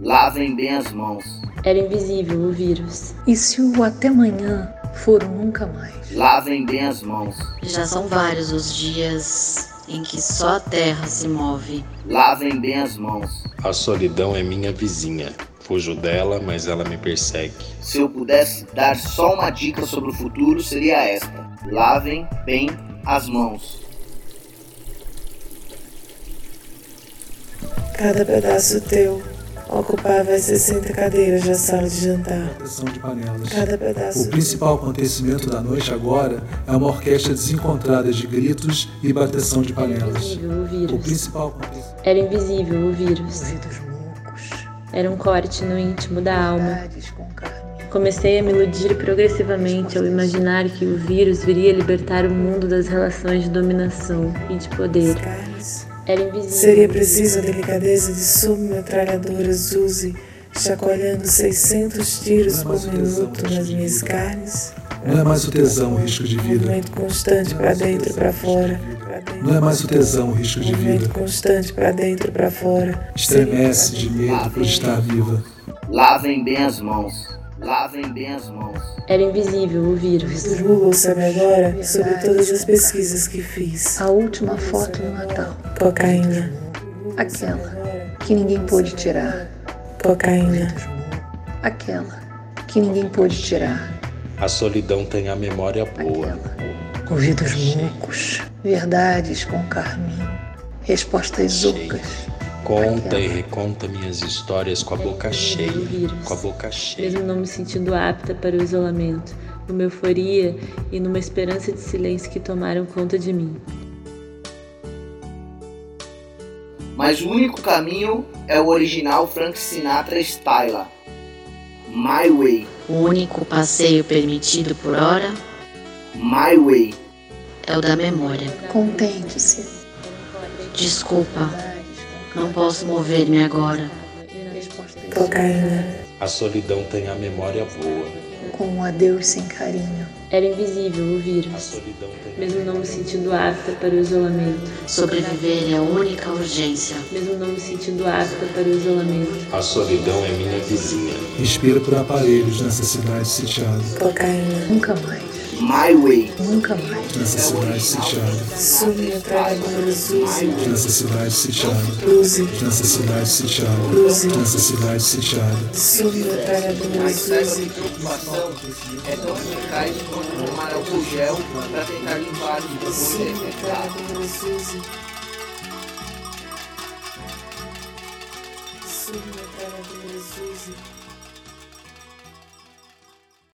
Lavem bem as mãos. Era invisível o vírus. E se o até amanhã for o nunca mais? Lavem bem as mãos. Já são vários os dias em que só a terra se move. Lavem bem as mãos. A solidão é minha vizinha. Fujo dela, mas ela me persegue. Se eu pudesse dar só uma dica sobre o futuro, seria esta: lavem bem as mãos. Cada pedaço teu ocupava as 60 cadeiras da sala de jantar. pressão de panelas. Cada pedaço. O principal acontecimento da noite agora é uma orquestra desencontrada de gritos e bateção de panelas. Invisível o O vírus. principal acontecimento. Era invisível o vírus. Ouvidos loucos. Era um corte no íntimo da alma. Saudades com carne. Comecei a me iludir progressivamente ao imaginar que o vírus viria libertar o mundo das relações de dominação e de poder. Carnes. Era invisível. Seria preciso a delicadeza de submetralhadoras Uzi chacoalhando 600 é tiros por minuto nas minhas carnes? Não é mais o tesão, o risco de vida. é Movimento constante para dentro e para fora. Não é mais o tesão, o risco de Movimento vida. constante para dentro e para fora. Estremece de medo por estar viva. Lavem bem as mãos. Lavem bem as mãos. Era invisível o vírus. O Google sabe agora sobre todas as pesquisas que fiz. A última foto do Natal. Cocaína. Aquela que ninguém pôde tirar. Cocaína. Aquela que ninguém pôde tirar. A solidão tem a memória boa. Ouvidos loucos. Verdades com carmim. Respostas ocas. Conta e reconta minhas histórias com a boca cheia. Com a boca cheia. Mesmo não me sentindo apta para o isolamento, numa euforia e numa esperança de silêncio que tomaram conta de mim. Mas o único caminho é o original Frank Sinatra Styla. My Way, O único passeio permitido por hora My Way. é o da memória. Contente-se. Desculpa, não posso mover-me agora. Cocaína. A solidão tem a memória boa. Com um adeus sem carinho. Era invisível o A vírus. solidão tem a Mesmo não me sentindo apta para o isolamento. Sobreviver é a única urgência. Mesmo não me sentindo apta para o isolamento. A solidão é minha vizinha. Respira por aparelhos nessa cidade sitiada. Cocaína. Nunca mais. My Way. Nunca mais. Nessa cidade sitiada. Submetralhadoras Uzi. Nessa cidade sitiada. Uzi. Nessa cidade sitiada. Nessa cidade sitiada. Submetralhadoras Uzi. é preocupação é tão eficaz quanto tomar álcool gel para tentar limpar os Submetralhadoras Uzi. Submetralhadoras Uzi.